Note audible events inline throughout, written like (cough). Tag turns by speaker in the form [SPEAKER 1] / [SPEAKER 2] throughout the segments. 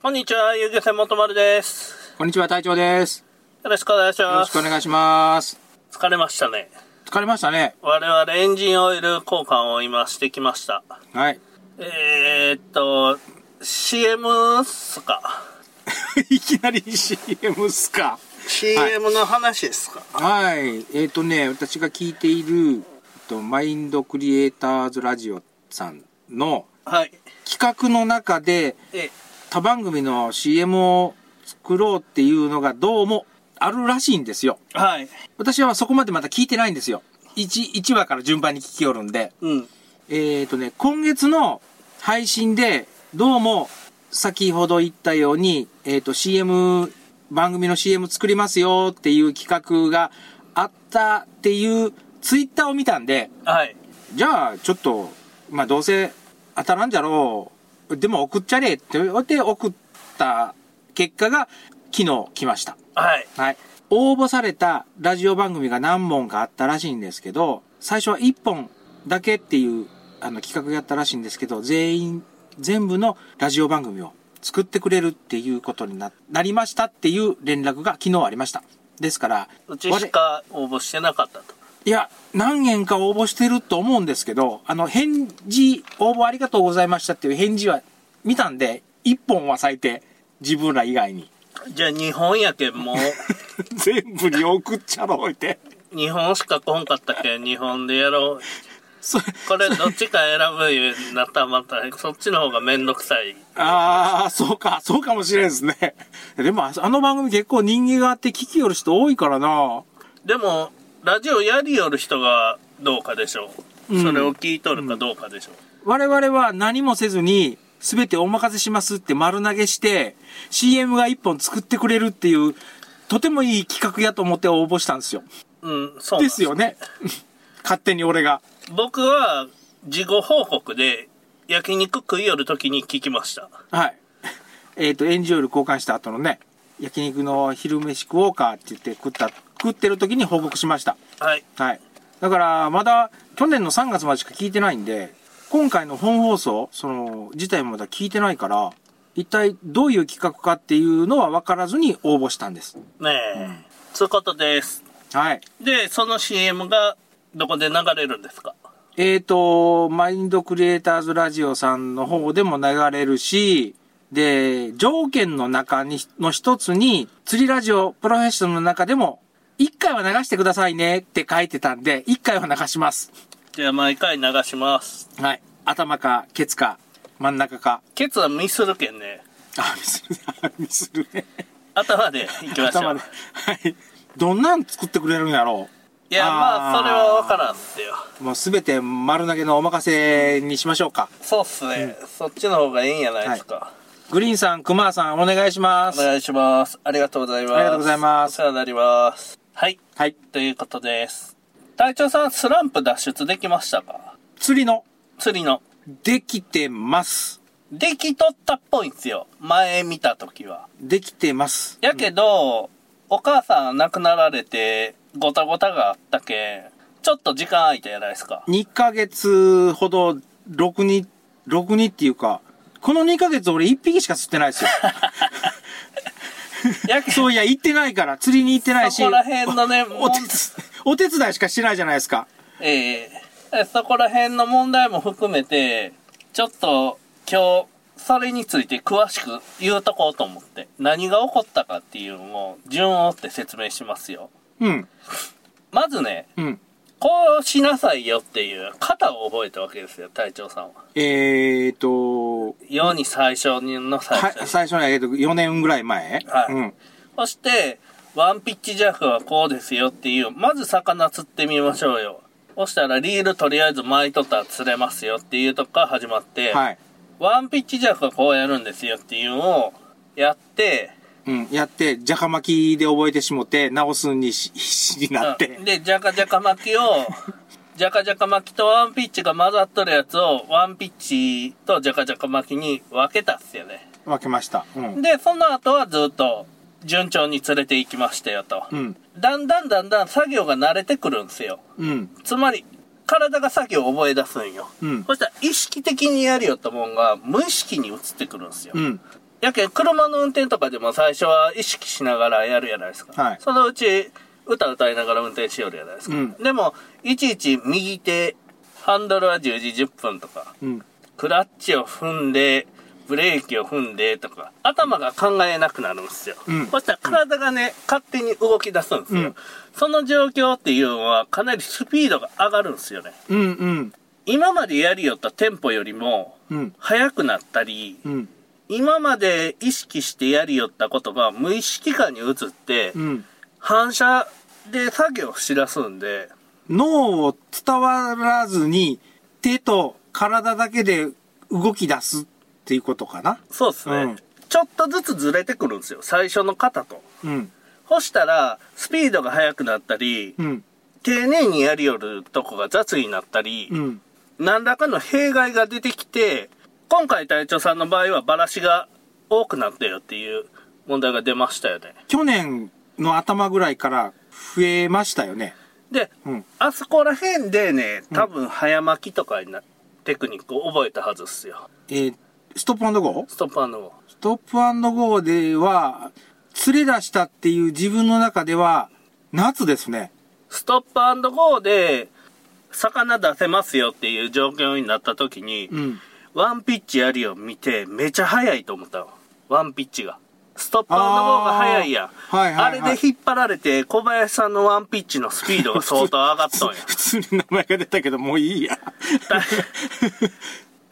[SPEAKER 1] こんにちは、遊戯船元丸です。
[SPEAKER 2] こんにちは、隊長です。
[SPEAKER 1] よろしくお願いし
[SPEAKER 2] よろ
[SPEAKER 1] ま
[SPEAKER 2] し
[SPEAKER 1] す。
[SPEAKER 2] くお願いします。
[SPEAKER 1] 疲れましたね。
[SPEAKER 2] 疲れましたね。
[SPEAKER 1] 我々エンジンオイル交換を今してきました。
[SPEAKER 2] はい。 (laughs)
[SPEAKER 1] えー、っと、CM っすか
[SPEAKER 2] いきなり CM っすか。
[SPEAKER 1] ?CM の話ですか、
[SPEAKER 2] はい。えっ、とね、私が聞いている、えっとマインドクリエイターズラジオさんの
[SPEAKER 1] はい、
[SPEAKER 2] 企画の中で、
[SPEAKER 1] え、
[SPEAKER 2] 他番組の CM を作ろうっていうのがどうもあるらしいんですよ。
[SPEAKER 1] はい。
[SPEAKER 2] 私はそこまでまだ聞いてないんですよ。1、1話から順番に聞きおるんで。
[SPEAKER 1] うん。
[SPEAKER 2] えー、とね、今月の配信で、どうも、先ほど言ったように、えー、と、CM、番組の CM 作りますよっていう企画があったっていうツイッターを見たんで、
[SPEAKER 1] はい。
[SPEAKER 2] じゃあ、ちょっと、まあ、どうせ当たらんじゃろう。でも送っちゃれって言って送った結果が昨日来ました。
[SPEAKER 1] はい。
[SPEAKER 2] はい。応募されたラジオ番組が何本かあったらしいんですけど、最初は1本だけっていうあの企画やったらしいんですけど、全員、全部のラジオ番組を作ってくれるっていうことにななりましたっていう連絡が昨日ありました。ですから、
[SPEAKER 1] うちしか応募してなかったと。
[SPEAKER 2] いや、何件か応募してると思うんですけど、あの、返事、応募ありがとうございましたっていう返事は見たんで、1本は最低。自分ら以
[SPEAKER 1] (laughs)
[SPEAKER 2] 外に。
[SPEAKER 1] じゃあ日本やけんもう、
[SPEAKER 2] (laughs) 全部に送っちゃろう
[SPEAKER 1] (laughs)
[SPEAKER 2] って。
[SPEAKER 1] 日本しか来んかったけん日本でやろう。
[SPEAKER 2] それ
[SPEAKER 1] これどっちか選ぶようになったらまた、そっちの方がめんどくさい。
[SPEAKER 2] ああ、そうか、そうかもしれんですね。でも、ああの番組結構人気があって聞きよる人多いからな。
[SPEAKER 1] でも、ラジオやりよる人がどうかでしょう。
[SPEAKER 2] うん
[SPEAKER 1] それを聞いとるかどうかでしょう。
[SPEAKER 2] 我々は何もせずに、すべてお任せしますって丸投げして、CM が一本作ってくれるっていう、とてもいい企画やと思って応募したんですよ。
[SPEAKER 1] うん、そうなん
[SPEAKER 2] ですよね。 (laughs) 勝手に俺が。
[SPEAKER 1] 僕は、事後報告で、焼肉食いよる時に聞きました。
[SPEAKER 2] はい。えっ、と、エンジオイル交換した後のね、焼肉の昼飯食おうかって言って食った、食ってる時に報告しました。
[SPEAKER 1] はい。
[SPEAKER 2] はい。だから、まだ、去年の3月までしか聞いてないんで、今回の本放送、その、自体もまだ聞いてないから、一体どういう企画かっていうのは分からずに応募したんです。
[SPEAKER 1] ねえ。そういうことです。
[SPEAKER 2] はい。
[SPEAKER 1] で、その CM が、どこで流れるんですか
[SPEAKER 2] えーと、マインドクリエイターズラジオさんの方でも流れるし、で、条件の中に、の一つに、釣りラジオプロフェッショナルの中でも、一回は流してくださいねって書いてたんで、一回は流します。
[SPEAKER 1] じゃあ、毎回流します。
[SPEAKER 2] はい。頭か、ケツか、真ん中か、
[SPEAKER 1] ケツはミスるけんね。
[SPEAKER 2] あ、ミスるね。ミスるね。
[SPEAKER 1] 頭で行きましょ
[SPEAKER 2] 頭
[SPEAKER 1] う
[SPEAKER 2] で。。はい。どんなん作ってくれるんやろ
[SPEAKER 1] いや、まあ、
[SPEAKER 2] あー
[SPEAKER 1] それはわからんっすよ。
[SPEAKER 2] う。もうすべて丸投げのお任せにしましょうか。
[SPEAKER 1] そうっすね。そっちの方がいいんやないですか。
[SPEAKER 2] グリーンさん、クマーさん、お願いしま
[SPEAKER 1] お
[SPEAKER 2] す。
[SPEAKER 1] 願いします。ありがとうございます。
[SPEAKER 2] ありがとうございます
[SPEAKER 1] お世話になります。はい。
[SPEAKER 2] はい。
[SPEAKER 1] ということです。隊長さん、スランプ脱出できましたか
[SPEAKER 2] 釣りの、
[SPEAKER 1] 釣りの。
[SPEAKER 2] できてます。
[SPEAKER 1] できとったっぽいんすよ。前見た時は。
[SPEAKER 2] できてます。
[SPEAKER 1] やけど、お母さん亡くなられて、ごたごたがあったけん、ちょっと時間空いたやないですか。
[SPEAKER 2] 2ヶ月ほど、6に、6にっていうか、この2ヶ月俺1匹しか釣ってない
[SPEAKER 1] (laughs)
[SPEAKER 2] ですよ。
[SPEAKER 1] やけど、
[SPEAKER 2] そういや、行ってないから、釣りに行って (laughs) ないし、
[SPEAKER 1] そこら辺のね、も
[SPEAKER 2] お
[SPEAKER 1] ん
[SPEAKER 2] 手伝お手伝いしかしてないじゃないですか。
[SPEAKER 1] ええそこら辺の問題も含めて、ちょっと今日、それについて詳しく言うとこうと思って、何が起こったかっていうのを順を追って説明しますよ。
[SPEAKER 2] うん。
[SPEAKER 1] まずね、
[SPEAKER 2] うん。
[SPEAKER 1] こうしなさいよっていう型を覚えたわけですよ、隊長さんは。
[SPEAKER 2] えーと、
[SPEAKER 1] 世に最初の最
[SPEAKER 2] は
[SPEAKER 1] 初に。
[SPEAKER 2] 最初のやけど4年ぐらい前、
[SPEAKER 1] はい
[SPEAKER 2] うん、
[SPEAKER 1] そして、ワンピッチジャックはこうですよっていう、まず魚釣ってみましょうよ。そしたらリールとりあえず巻いとったら釣れますよっていうとこから始まって、
[SPEAKER 2] はい、
[SPEAKER 1] ワンピッチジャックはこうやるんですよっていうのをやって、
[SPEAKER 2] うん、やってじゃか巻きで覚えてしもて直すにし必死になって、
[SPEAKER 1] うんで、ジャカジャカ巻きを、 (laughs) ジャカジャカ巻きとワンピッチが混ざっとるやつを、ワンピッチとジャカジャカ巻きに分けたっすよね。
[SPEAKER 2] 分けました、うん
[SPEAKER 1] で、その後はずっと順調に連れて行きましたよと。
[SPEAKER 2] うん
[SPEAKER 1] だんだんだんだん作業が慣れてくるんですよ。
[SPEAKER 2] うん
[SPEAKER 1] つまり、体が作業を覚え出すんよ。
[SPEAKER 2] うん
[SPEAKER 1] そしたら意識的にやるよったもんが無意識に移ってくるんですよ。
[SPEAKER 2] うん
[SPEAKER 1] やけん車の運転とかでも最初は意識しながらやるじゃないですか、
[SPEAKER 2] はい
[SPEAKER 1] そのうち歌歌いながら運転しよるじゃないですか、
[SPEAKER 2] うん
[SPEAKER 1] でもいちいち右手ハンドルは10時10分とか
[SPEAKER 2] うん。
[SPEAKER 1] クラッチを踏んでブレーキを踏んでとか頭が考えなくなるんですよ、
[SPEAKER 2] うん
[SPEAKER 1] そしたら体がね、勝手に動き出すんですよ、
[SPEAKER 2] うん
[SPEAKER 1] その状況っていうのはかなりスピードが上がるんですよね
[SPEAKER 2] うんうん。
[SPEAKER 1] 今までやりよったテンポよりも
[SPEAKER 2] うん。
[SPEAKER 1] 速くなったり、
[SPEAKER 2] うん。
[SPEAKER 1] 今まで意識してやりよったことが無意識化に移って、
[SPEAKER 2] うん。
[SPEAKER 1] 反射で作業をしだすんで、
[SPEAKER 2] 脳を伝わらずに手と体だけで動き出すっていうことかな。
[SPEAKER 1] そうですね、
[SPEAKER 2] うん
[SPEAKER 1] ちょっとずつずれてくるんですよ、最初の肩と。
[SPEAKER 2] うん。
[SPEAKER 1] そしたら、スピードが速くなったり、
[SPEAKER 2] うん。
[SPEAKER 1] 丁寧にやりよるとこが雑になったり、
[SPEAKER 2] うん。
[SPEAKER 1] 何らかの弊害が出てきて、今回隊長さんの場合はバラシが多くなったよっていう問題が出ましたよね。
[SPEAKER 2] 去年の頭ぐらいから増えましたよね。
[SPEAKER 1] で、
[SPEAKER 2] うん。
[SPEAKER 1] あそこら辺でね、多分早巻きとかにな、テクニックを覚えたはずっすよ。
[SPEAKER 2] えーストップゴー
[SPEAKER 1] ストップアンドゴ
[SPEAKER 2] ストップゴーでは、連れ出したっていう自分の中では、夏ですね。
[SPEAKER 1] ー。ストップアンドゴーで、魚出せますよっていう状況になった時に、
[SPEAKER 2] うん。
[SPEAKER 1] ワンピッチやりを見て、めちゃ速いと思ったの。ワンピッチが。ストップアンドゴーが速いやん。
[SPEAKER 2] あーはいはいはい
[SPEAKER 1] あれで引っ張られて、小林さんのワンピッチのスピードが相当上が
[SPEAKER 2] (laughs)
[SPEAKER 1] ったんや。
[SPEAKER 2] 普通に名前が出たけど、もういいや。
[SPEAKER 1] 隊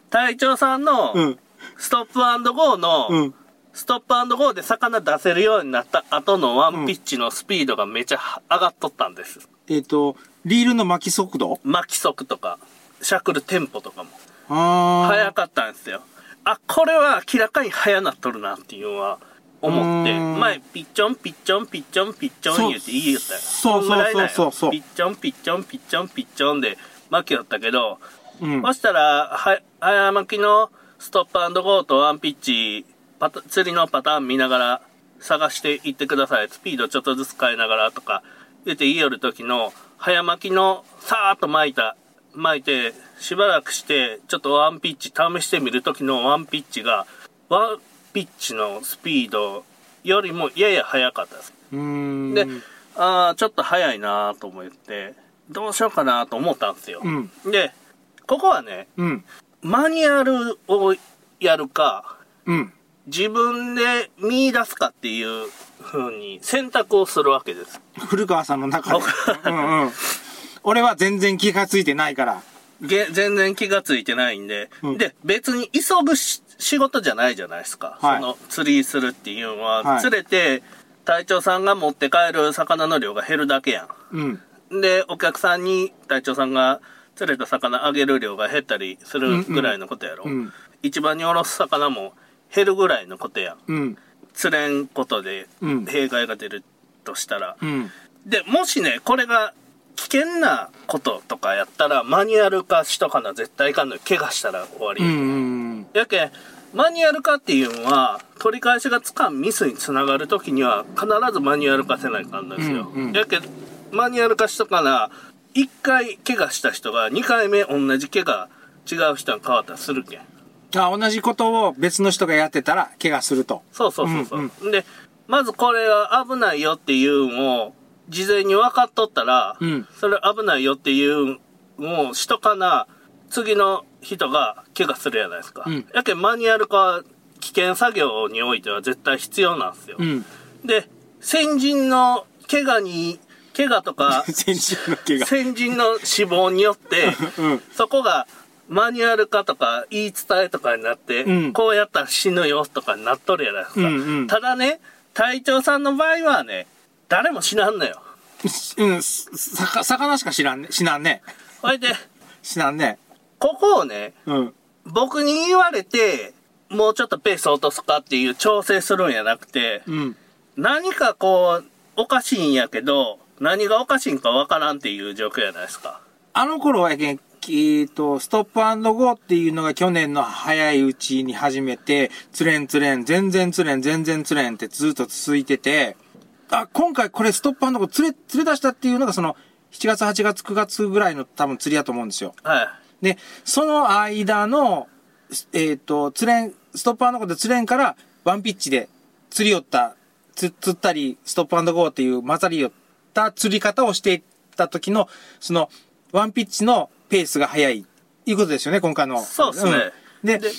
[SPEAKER 1] 隊長さん
[SPEAKER 2] う
[SPEAKER 1] の
[SPEAKER 2] ん。
[SPEAKER 1] ストップアンドゴーの、
[SPEAKER 2] うん。
[SPEAKER 1] ストップアンドゴーで魚出せるようになった後のワンピッチのスピードがめちゃ上がっとったんです。
[SPEAKER 2] えっ、と、リールの巻き速度
[SPEAKER 1] 巻き速とか、シャクルテンポとかも。
[SPEAKER 2] ああ。
[SPEAKER 1] 速かったんですよ。あ、これは明らかに速なっとるなっていうのは思って、
[SPEAKER 2] うーん
[SPEAKER 1] 前ピッチョンピッチョンピッチョンピッチョン言うて言いよったよ。
[SPEAKER 2] そう
[SPEAKER 1] こんぐらいなんよ
[SPEAKER 2] そうそうそうそう
[SPEAKER 1] ピッチョンピッチョンピッチョンピッチョンで巻きよったけど、
[SPEAKER 2] うん。
[SPEAKER 1] そしたら、は、早巻きのストップアンドゴーとワンピッチ、パタ釣りのパターン見ながら探していってください。スピードちょっとずつ変えながらとか、言って言いよる時の、早巻きのさーっと巻いた、巻いて、しばらくして、ちょっとワンピッチ試してみる時のワンピッチが、ワンピッチのスピードよりもやや速かったです。
[SPEAKER 2] うーん。
[SPEAKER 1] で、ああ、ちょっと早いなーと思って、どうしようかなと思ったんですよ。
[SPEAKER 2] うん。
[SPEAKER 1] で、ここはね、
[SPEAKER 2] うん。
[SPEAKER 1] マニュアルをやるか、
[SPEAKER 2] うん。
[SPEAKER 1] 自分で見出すかっていう風に選択をするわけです。
[SPEAKER 2] 古川さんの中で。うんうん。俺は全然気がついてないから。
[SPEAKER 1] げ全然気がついてないんで、
[SPEAKER 2] うん
[SPEAKER 1] で、別に急ぐし仕事じゃないじゃないですか。
[SPEAKER 2] はい
[SPEAKER 1] その釣りするっていうのは、
[SPEAKER 2] はい
[SPEAKER 1] 釣れて隊長さんが持って帰る魚の量が減るだけや
[SPEAKER 2] うん。
[SPEAKER 1] ん。で、お客さんに隊長さんが釣れた魚あげる量が減ったりするぐらいのことやろ。
[SPEAKER 2] うん。
[SPEAKER 1] 一番におろす魚も減るぐらいのことやん。
[SPEAKER 2] うん。
[SPEAKER 1] 釣れんことで
[SPEAKER 2] うん
[SPEAKER 1] 弊害が出るとしたら、
[SPEAKER 2] うん。
[SPEAKER 1] でもしねこれが危険なこととかやったらマニュアル化しとかな絶対いかんのよ怪我したら終わり、
[SPEAKER 2] うんうん。
[SPEAKER 1] やけんマニュアル化っていうのは取り返しがつかんミスにつながる時には必ずマニュアル化せないかんのですよ、
[SPEAKER 2] うんうん
[SPEAKER 1] やけんマニュアル化しとかな1回怪我した人が2回目同じ怪我違う人に変わったらするけん
[SPEAKER 2] あ、同じことを別の人がやってたら怪我すると。
[SPEAKER 1] そうそうそうそう。
[SPEAKER 2] うん
[SPEAKER 1] で、まずこれが危ないよっていうのを、事前に分かっとったら、
[SPEAKER 2] うん
[SPEAKER 1] それ危ないよっていうのをしとかな、次の人が怪我するやないですか。
[SPEAKER 2] うん
[SPEAKER 1] やけんマニュアル化は危険作業においては絶対必要なんですよ。
[SPEAKER 2] うん。、
[SPEAKER 1] で、先人の怪我に、怪我とか
[SPEAKER 2] 先週の (laughs) 怪我。
[SPEAKER 1] 先人の死亡によ
[SPEAKER 2] (laughs)
[SPEAKER 1] って、
[SPEAKER 2] うん。
[SPEAKER 1] そこがマニュアル化とか言い伝えとかになって、
[SPEAKER 2] うん
[SPEAKER 1] こうやったら死ぬよとかになっとるやないですか、
[SPEAKER 2] うんうん
[SPEAKER 1] ただね隊長さんの場合はね誰も死なんのよ
[SPEAKER 2] うん。さか、魚しか知らんね。死なんね。
[SPEAKER 1] ほいで
[SPEAKER 2] 死なんね。
[SPEAKER 1] ここをね
[SPEAKER 2] うん。
[SPEAKER 1] 僕に言われてもうちょっとペース落とすかっていう調整するんやなくて、
[SPEAKER 2] うん。
[SPEAKER 1] 何かこうおかしいんやけど何がおかしいんかわからんっていう状況やないですか
[SPEAKER 2] あの頃はやけん、えっと、ストップゴーっていうのが去年の早いうちに始めて、つれんつれん、全然つれん、全然つれんってずっと続いてて、あ、今回これストップゴー釣れ、釣れ出したっていうのがその、7月、8月、9月ぐらいの多分釣りだと思うんですよ。
[SPEAKER 1] はい
[SPEAKER 2] で、その間の、えっ、と、釣れん、ストップアンドコで釣れんから、ワンピッチで釣り寄った、つ釣ったり、ストップアンドゴーっていう混ざり寄った釣り方をしていった時の、その、ワンピッチのペースが速い、いうことですよね、今回の。
[SPEAKER 1] そうですね
[SPEAKER 2] うんで
[SPEAKER 1] で、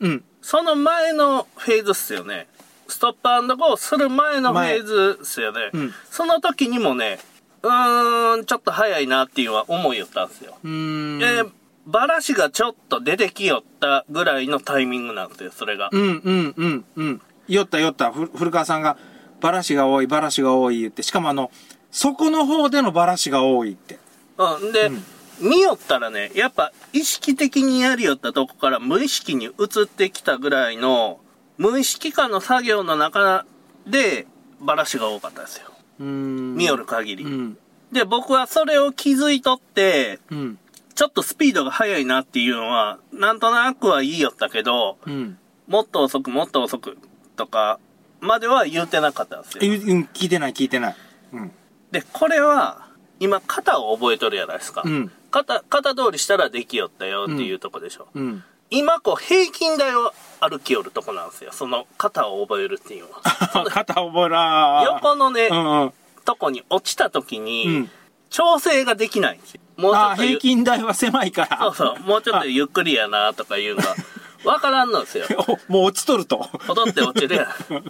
[SPEAKER 2] うん。
[SPEAKER 1] その前のフェーズっすよね。ストップアンドゴーする前のフェーズっすよね。
[SPEAKER 2] 前うん
[SPEAKER 1] その時にもね、うーん、ちょっと早いなっていうのは思いよったんですよ。
[SPEAKER 2] うーん。
[SPEAKER 1] で、バラシがちょっと出てきよったぐらいのタイミングなんですよ、それが。
[SPEAKER 2] うんうんうんうん。酔った酔った。ふ古川さんが、バラシが多い、バラシが多い言って、しかもあの、底の方でのバラシが多いって。
[SPEAKER 1] うん、で、
[SPEAKER 2] ん
[SPEAKER 1] 見よったらね、やっぱ意識的にやりよったとこから無意識に移ってきたぐらいの、無意識化の作業の中で、バラシが多かったですよ。
[SPEAKER 2] うーん。
[SPEAKER 1] 見よる限り。
[SPEAKER 2] うん。
[SPEAKER 1] で、僕はそれを気づいとって、
[SPEAKER 2] うん。
[SPEAKER 1] ちょっとスピードが速いなっていうのは、なんとなくは言いよったけど、
[SPEAKER 2] うん。
[SPEAKER 1] もっと遅くもっと遅くとか、までは言うてなかったんです
[SPEAKER 2] え
[SPEAKER 1] よ。
[SPEAKER 2] うん、聞いてない聞いてない。うん。
[SPEAKER 1] で、これは、今、型を覚えとるじゃないですか。
[SPEAKER 2] うん。
[SPEAKER 1] 型、型通りしたらできよったよっていうとこでしょ。
[SPEAKER 2] (laughs) うん。
[SPEAKER 1] 今、こう、平均台を歩きよるとこなんですよ。その、型を覚えるっていうの
[SPEAKER 2] (laughs)
[SPEAKER 1] は。その
[SPEAKER 2] 肩覚えら
[SPEAKER 1] 横のね、
[SPEAKER 2] うんうん。
[SPEAKER 1] とこに落ちた時に、
[SPEAKER 2] うん
[SPEAKER 1] 調整ができないんですよ。もうちょ
[SPEAKER 2] あ
[SPEAKER 1] っ
[SPEAKER 2] ー
[SPEAKER 1] とゆ
[SPEAKER 2] 平均台は狭いから。
[SPEAKER 1] そうそう、もうちょっとゆっくりやなとかいうのが、わからんのですよ。
[SPEAKER 2] おもう落ちとると。
[SPEAKER 1] 戻って落ちるやん。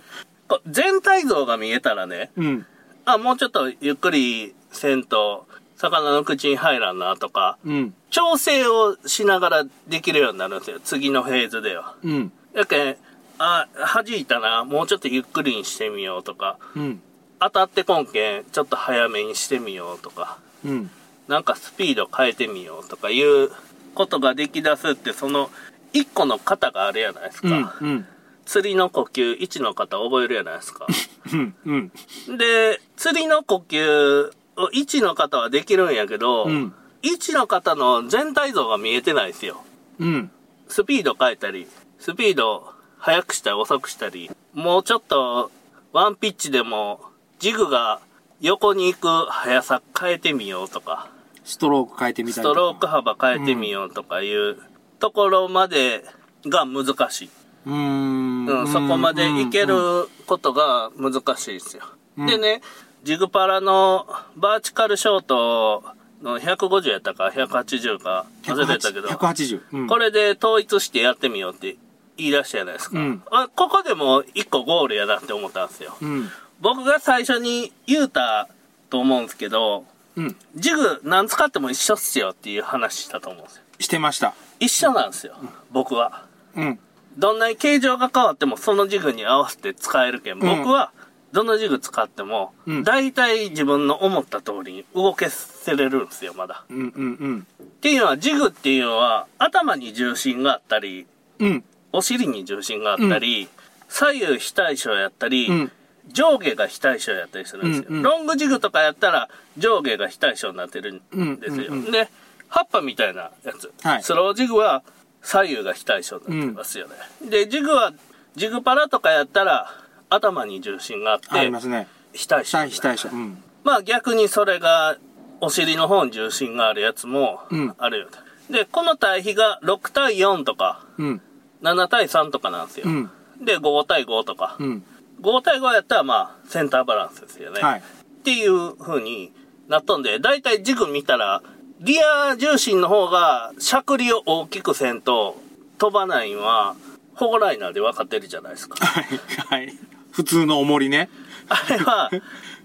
[SPEAKER 1] こう全体像が見えたらね、
[SPEAKER 2] うん。
[SPEAKER 1] あ、 (laughs) もうちょっとゆっくりせんと、魚の口に入らんなとか、
[SPEAKER 2] うん。
[SPEAKER 1] 調整をしながらできるようになるんですよ。次のフェーズでは。
[SPEAKER 2] うん。
[SPEAKER 1] やけん、あ、弾いたな、もうちょっとゆっくりにしてみようとか、
[SPEAKER 2] うん。
[SPEAKER 1] 当たってこんけん、ちょっと早めにしてみようとか。
[SPEAKER 2] うん。
[SPEAKER 1] なんかスピード変えてみようとかいうことができだすってその一個の型があるやないです
[SPEAKER 2] う
[SPEAKER 1] か、
[SPEAKER 2] ん。うん。
[SPEAKER 1] 釣りの呼吸1の型覚えるやないですか
[SPEAKER 2] うん。うん。
[SPEAKER 1] (laughs) で釣りの呼吸を1の型はできるんやけど、
[SPEAKER 2] うん
[SPEAKER 1] 1の型の全体像が見えてないですよ
[SPEAKER 2] うん。
[SPEAKER 1] スピード変えたりスピード速くしたり遅くしたりもうちょっとワンピッチでもジグが横に行く速さ変えてみようとか
[SPEAKER 2] ストローク変えてみた
[SPEAKER 1] ス
[SPEAKER 2] りと
[SPEAKER 1] ト
[SPEAKER 2] か
[SPEAKER 1] ローク幅変えてみようとかいうところまでが難しい。
[SPEAKER 2] うーん。
[SPEAKER 1] うん、そこまでいけることが難しいですよ。
[SPEAKER 2] うん
[SPEAKER 1] でね、ジグパラのバーチカルショートの150やったか180か忘れたけど、
[SPEAKER 2] 180。うん
[SPEAKER 1] これで統一してやってみようって言い出したじゃないですか。
[SPEAKER 2] うん
[SPEAKER 1] あここでも一個ゴールやなって思ったんですよ。
[SPEAKER 2] うん。
[SPEAKER 1] 僕が最初に言うたと思うんですけど、
[SPEAKER 2] うん。
[SPEAKER 1] ジグ何使っても一緒っすよっていう話したと思うんですよ。
[SPEAKER 2] してました。
[SPEAKER 1] 一緒なんですよ、僕は
[SPEAKER 2] うん。
[SPEAKER 1] どんなに形状が変わってもそのジグに合わせて使えるけん僕はどのジグ使っても
[SPEAKER 2] うん
[SPEAKER 1] 大体自分の思った通りに動けせれるんですよまだ
[SPEAKER 2] うんうんうん。
[SPEAKER 1] っていうのはジグっていうのは頭に重心があったり
[SPEAKER 2] うん。
[SPEAKER 1] お尻に重心があったり、左右非対称やったり、
[SPEAKER 2] うん
[SPEAKER 1] 上下が非対称やったりするんですよ、
[SPEAKER 2] うんうん
[SPEAKER 1] ロングジグとかやったら上下が非対称になってるんですよ、
[SPEAKER 2] うんうんう
[SPEAKER 1] で葉っぱみたいなやつ、
[SPEAKER 2] はい
[SPEAKER 1] スロージグは左右が非対称になってますよね、でジグはジグパラとかやったら頭に重心があって
[SPEAKER 2] ありますね。
[SPEAKER 1] 非対称
[SPEAKER 2] 対非対称。うん。
[SPEAKER 1] まあ逆にそれがお尻の方に重心があるやつも
[SPEAKER 2] うん
[SPEAKER 1] あるよね、でこの対比が6対4とか
[SPEAKER 2] うん。
[SPEAKER 1] 7対3とかなんですよ、
[SPEAKER 2] うん。
[SPEAKER 1] で5対5とか、
[SPEAKER 2] うん。
[SPEAKER 1] 5対5やったらまあセンターバランスですよね、
[SPEAKER 2] はい。
[SPEAKER 1] っていう風になったんでだいたい軸見たらリア重心の方がしゃくりを大きくせんと飛ばないんはホーライナーで分かってるじゃないです
[SPEAKER 2] (laughs)
[SPEAKER 1] か
[SPEAKER 2] はい。はい。普通の重りね。 (laughs)
[SPEAKER 1] あれは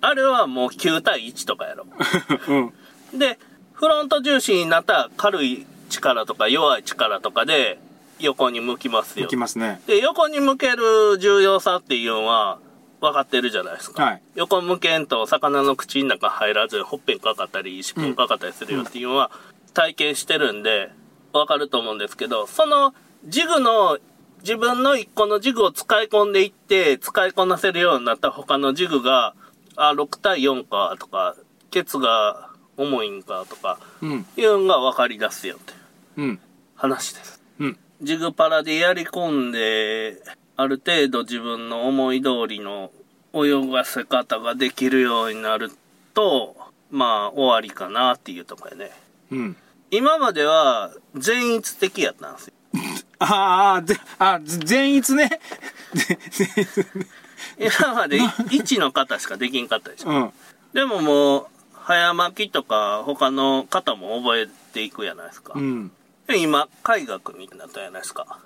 [SPEAKER 1] あれはもう9対1とかやろ
[SPEAKER 2] うん。
[SPEAKER 1] でフロント重心になったら軽い力とか弱い力とかで横に向きます
[SPEAKER 2] い
[SPEAKER 1] よ
[SPEAKER 2] きますね。
[SPEAKER 1] で横に向ける重要さっていうのは分かってるじゃないですか、
[SPEAKER 2] はい
[SPEAKER 1] 横向けんと魚の口の中入らずほっぺんかかったりしっぽんかかったりするよっていうのは体験してるんで分かると思うんですけどそのジグの自分の一個のジグを使い込んでいって使いこなせるようになった他のジグがあ6対4かとかケツが重いんかとか
[SPEAKER 2] うん。
[SPEAKER 1] いうのが分かりだすよって
[SPEAKER 2] うん。
[SPEAKER 1] 話です
[SPEAKER 2] うん。
[SPEAKER 1] ジグパラでやり込んで、ある程度自分の思い通りの泳がせ方ができるようになると、まあ終わりかなっていうところやね。
[SPEAKER 2] うん。
[SPEAKER 1] 今までは全員一的やったんですよ。
[SPEAKER 2] ああ、ぜあ、ぜ全逸ね。 (laughs)
[SPEAKER 1] 今 (laughs) まで1の方しかできんかったでしょ。
[SPEAKER 2] うん。
[SPEAKER 1] でももう、早巻きとか他の方も覚えていくやないですか。
[SPEAKER 2] うん。
[SPEAKER 1] で今、海学になったやないですか。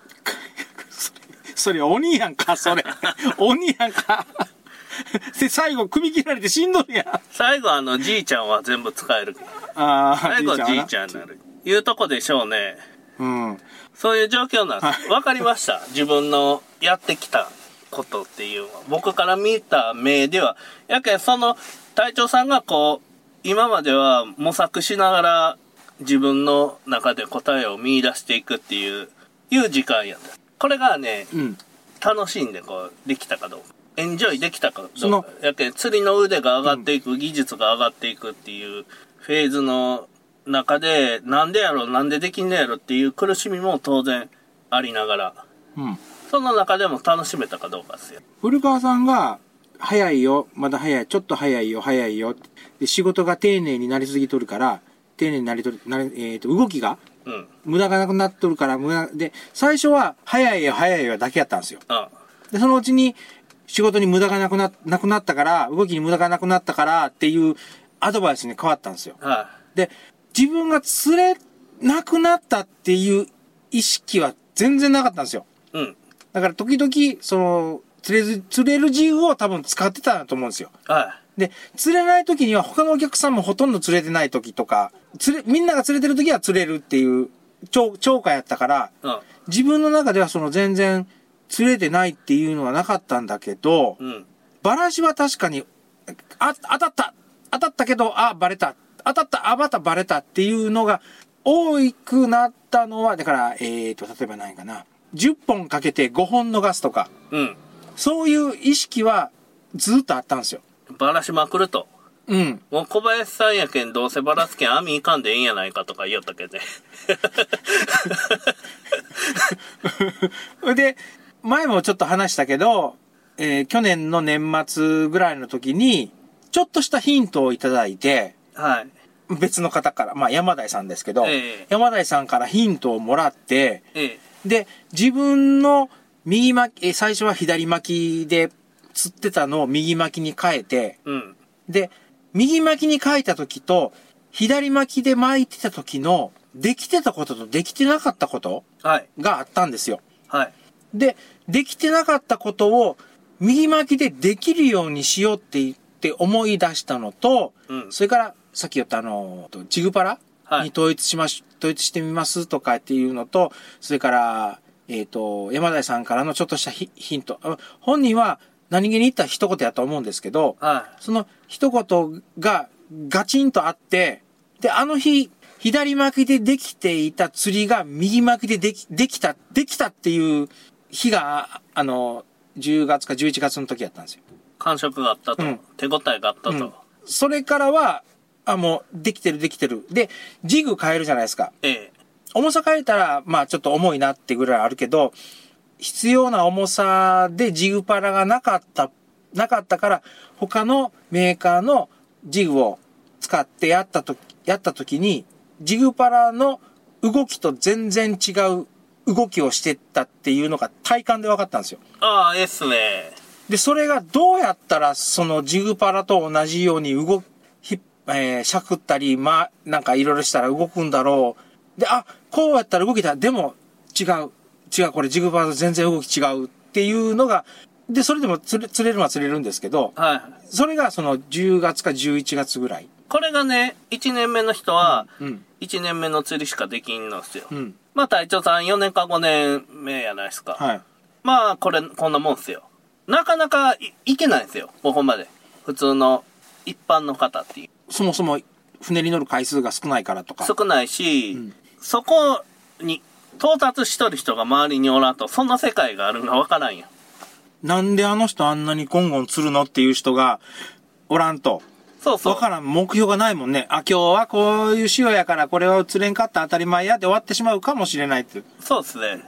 [SPEAKER 2] それ鬼やんか、それ。 (laughs) 鬼やんか。 (laughs) で、最後、首切られて死んどるやん。
[SPEAKER 1] 最後あの、じいちゃんは全部使えるけど。
[SPEAKER 2] ああ、
[SPEAKER 1] 最後じいち
[SPEAKER 2] んは
[SPEAKER 1] ゃんになる。いうとこでしょうね。
[SPEAKER 2] な。うん。
[SPEAKER 1] そういう状況なんです。わかりました。自分のやってきたことっていうのは。僕から見た目では。やけん、その隊長さんがこう、今までは模索しながら自分の中で答えを見出していくっていう、いう時間やった。これがね、
[SPEAKER 2] うん。
[SPEAKER 1] 楽しんでこう、できたかどうか。エンジョイできたか
[SPEAKER 2] そ
[SPEAKER 1] どう
[SPEAKER 2] の
[SPEAKER 1] か。やけん、釣りの腕が上がっていく、技術が上がっていくっていうフェーズの中で、なんでやろ、なんでできんのやろっていう苦しみも当然ありながら、
[SPEAKER 2] うん。
[SPEAKER 1] その中でも楽しめたかどうかですよ。
[SPEAKER 2] 古川さんが、早いよ、まだ早い、ちょっと早いよ、早いよ。で、仕事が丁寧になりすぎとるから、丁寧になりとる、なれえっ、と、動きが、
[SPEAKER 1] うん。
[SPEAKER 2] 無駄がなくなっとるから、無駄、で、最初は、早いよ、早いよだけやったんですよ。
[SPEAKER 1] あ
[SPEAKER 2] で、そのうちに、仕事に無駄がなくな、なくなったから、動きに無駄がなくなったからっていうアドバイスに変わったんですよ。
[SPEAKER 1] は
[SPEAKER 2] で、自分が釣れなくなったっていう意識は全然なかったんですよ。
[SPEAKER 1] い。うん。
[SPEAKER 2] だから時々、その、釣れず、釣れる自由を多分使ってたと思うんですよ。
[SPEAKER 1] は
[SPEAKER 2] で、釣れない時には他のお客さんもほとんど釣れてない時とか、釣れ、みんなが釣れてる時は釣れるっていう、超、超過やったから、
[SPEAKER 1] い。うん。
[SPEAKER 2] 自分の中ではその全然釣れてないっていうのはなかったんだけど、
[SPEAKER 1] うん。
[SPEAKER 2] バラシは確かに、あ、当たった当たったけど、あ、バレた当たったあ、またバレたっていうのが多くなったのは、だから、えーと、例えば何かな。10本かけて5本逃すとか、
[SPEAKER 1] うん。
[SPEAKER 2] そういう意識はずっとあったんですよ。
[SPEAKER 1] ばらしまくると。
[SPEAKER 2] うん。
[SPEAKER 1] もう小林さんやけん、どうせばらすけん網いかんでええんやないかとか言おったけんね。
[SPEAKER 2] で、前もちょっと話したけど、えー去年の年末ぐらいの時に、ちょっとしたヒントをいただいて、
[SPEAKER 1] はい。
[SPEAKER 2] 別の方から、まあ山台さんですけど、
[SPEAKER 1] ええ
[SPEAKER 2] 山台さんからヒントをもらって、
[SPEAKER 1] ええ。
[SPEAKER 2] で、自分の右巻き、えー最初は左巻きで釣ってたのを右巻きに変えて、
[SPEAKER 1] うん。
[SPEAKER 2] で、右巻きに変えた時と、左巻きで巻いてた時の、できてたこととできてなかったこと
[SPEAKER 1] はい。
[SPEAKER 2] があったんですよ。
[SPEAKER 1] はい。
[SPEAKER 2] で、できてなかったことを、右巻きでできるようにしようって言って思い出したのと、
[SPEAKER 1] うん
[SPEAKER 2] それから、さっき言ったあの、とジグパラ
[SPEAKER 1] はい
[SPEAKER 2] に統一しまし、統一してみますとかっていうのと、それから、えっ、と、山田さんからのちょっとしたヒヒント。あ本人は何気に言った一言やと思うんですけど、
[SPEAKER 1] はい。
[SPEAKER 2] その一言がガチンとあって、で、あの日、左巻きでできていた釣りが右巻きででき、できた、できたっていう日が、あの、10月か11月の時やったんですよ。
[SPEAKER 1] 感触があったと、
[SPEAKER 2] うん
[SPEAKER 1] 手応えがあったと、
[SPEAKER 2] うんそれからは、あ、もう、できてるできてる。で、ジグ変えるじゃないですか。
[SPEAKER 1] ええ
[SPEAKER 2] 重さ変えたら、まあちょっと重いなってぐらいあるけど、必要な重さでジグパラがなかった、なかったから、他のメーカーのジグを使ってやったとき、やったときに、ジグパラの動きと全然違う動きをしてったっていうのが体感で分かったんですよ。
[SPEAKER 1] ああええっすね
[SPEAKER 2] で、それがどうやったら、そのジグパラと同じように動き、ひえーしゃくったり、ま、なんかいろいろしたら動くんだろう。で、あ、こうやったら動けた。でも、違う。違う、これジグパラと全然動き違うっていうのが、で、それでも釣れ釣れるのは釣れるんですけど、
[SPEAKER 1] はい
[SPEAKER 2] それがその10月か11月ぐらい。
[SPEAKER 1] これがね1年目の人は
[SPEAKER 2] うん。
[SPEAKER 1] 1年目の釣りしかできんのっすよ、
[SPEAKER 2] うん。
[SPEAKER 1] まあ隊長さん4年か5年目やないですか、
[SPEAKER 2] はい。
[SPEAKER 1] まあこれこんなもんっすよなかなかいいけないんですよここまで普通の一般の方っていう
[SPEAKER 2] そもそも船に乗る回数が少ないからとか。
[SPEAKER 1] 少ないし、
[SPEAKER 2] ん
[SPEAKER 1] そこに到達しとる人が周りにおらんとそんな世界があるのがわからんやん
[SPEAKER 2] なんであの人あんなにゴンゴン釣るのっていう人がおらんと。
[SPEAKER 1] そうそう
[SPEAKER 2] わからん、目標がないもんね。あ、今日はこういう仕様やから、これを釣れんかったら当たり前やで終わってしまうかもしれないっていう。
[SPEAKER 1] そうですね。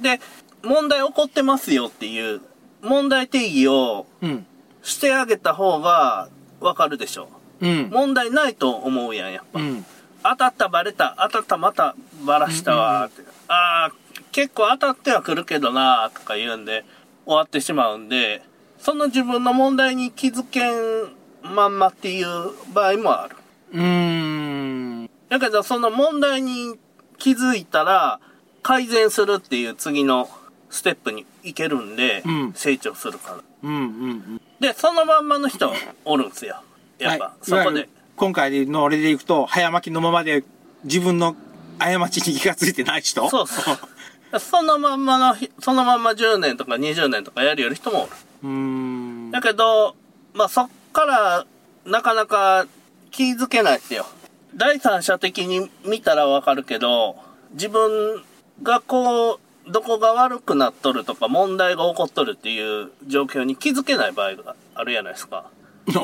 [SPEAKER 1] で、問題起こってますよっていう、問題定義を
[SPEAKER 2] うん。
[SPEAKER 1] してあげた方がわかるでしょ
[SPEAKER 2] うん。
[SPEAKER 1] 問題ないと思うやん、やっぱ。
[SPEAKER 2] うん。
[SPEAKER 1] 当たったバレた、当たったまたバラしたわ、って。ああ、結構当たってはくるけどなとか言うんで終わってしまうんでその自分の問題に気づけんまんまっていう場合もある
[SPEAKER 2] うーん。
[SPEAKER 1] だけどその問題に気づいたら改善するっていう次のステップに行けるんで、
[SPEAKER 2] うん
[SPEAKER 1] 成長するから
[SPEAKER 2] うんうんうん。
[SPEAKER 1] でそのまんまの人おるんすよやっぱ、
[SPEAKER 2] はい
[SPEAKER 1] そ
[SPEAKER 2] いわ
[SPEAKER 1] こ
[SPEAKER 2] ゆる
[SPEAKER 1] で
[SPEAKER 2] 今回の俺でいくと、早巻きのままで自分の過ちに気がついてない人
[SPEAKER 1] そうそう。そのまんまのひ、そのまんま10年とか20年とかやるより人もおる。
[SPEAKER 2] (laughs) うーん。
[SPEAKER 1] だけど、まあ、そっから、なかなか気づけないですよ。第三者的に見たらわかるけど、自分がこう、どこが悪くなっとるとか問題が起こっとるっていう状況に気づけない場合があるじゃないですか。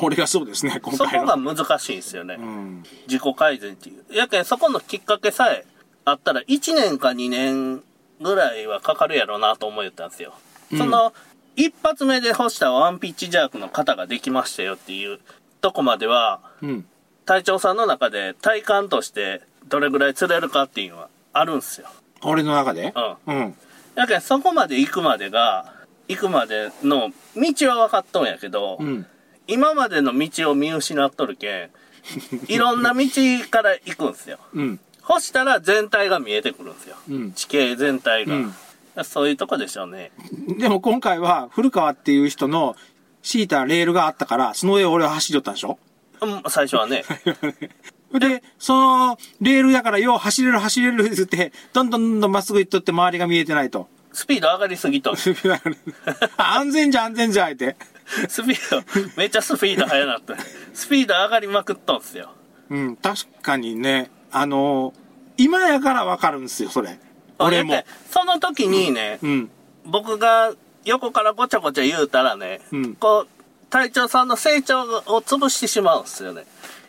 [SPEAKER 2] 俺がそうですね、今
[SPEAKER 1] そ
[SPEAKER 2] 回
[SPEAKER 1] こが
[SPEAKER 2] の。
[SPEAKER 1] 難しいんですよね。
[SPEAKER 2] うん。
[SPEAKER 1] 自己改善っていう。やけん、そこのきっかけさえあったら、1年か2年ぐらいはかかるやろうなと思ったんですよ。
[SPEAKER 2] うん
[SPEAKER 1] その、一発目で干したワンピッチジャークの型ができましたよっていうとこまでは、
[SPEAKER 2] うん。
[SPEAKER 1] 隊長さんの中で体感としてどれぐらい釣れるかっていうのはあるんですよ。
[SPEAKER 2] 俺の中で
[SPEAKER 1] うん。
[SPEAKER 2] うん。
[SPEAKER 1] やけん、そこまで行くまでが、行くまでの道は分かっとんやけど、
[SPEAKER 2] うん。
[SPEAKER 1] 今までの道を見失っとるけ
[SPEAKER 2] (laughs)
[SPEAKER 1] ん、いろんな道から行くんですよ。
[SPEAKER 2] うん。
[SPEAKER 1] 干したら全体が見えてくるんですよ。
[SPEAKER 2] うん。
[SPEAKER 1] 地形全体が。
[SPEAKER 2] うん
[SPEAKER 1] そういうとこでしょうね。
[SPEAKER 2] でも今回は、古川っていう人の敷いたレールがあったから、その上を俺は走りよったんでしょ (laughs)
[SPEAKER 1] うん最初はね。
[SPEAKER 2] で、その、レールやから、よう走れる走れる言って、どんどんどんどんまっすぐ行っとって周りが見えてないと。 (laughs)
[SPEAKER 1] スピード上がりすぎと。ス
[SPEAKER 2] あ安全じゃ安全じゃ、あえて。
[SPEAKER 1] ピード、めっちゃスピード速なった。スピード上がりまくっとんすよ。
[SPEAKER 2] うん、確かにね、あの今やからわかるんですよ、それ。俺
[SPEAKER 1] や
[SPEAKER 2] も
[SPEAKER 1] っ。てその時にね、
[SPEAKER 2] うん。
[SPEAKER 1] 僕が横からごちゃごちゃ言うたらね、
[SPEAKER 2] うん
[SPEAKER 1] こう、隊長さんの成長を潰してしまうんすよね。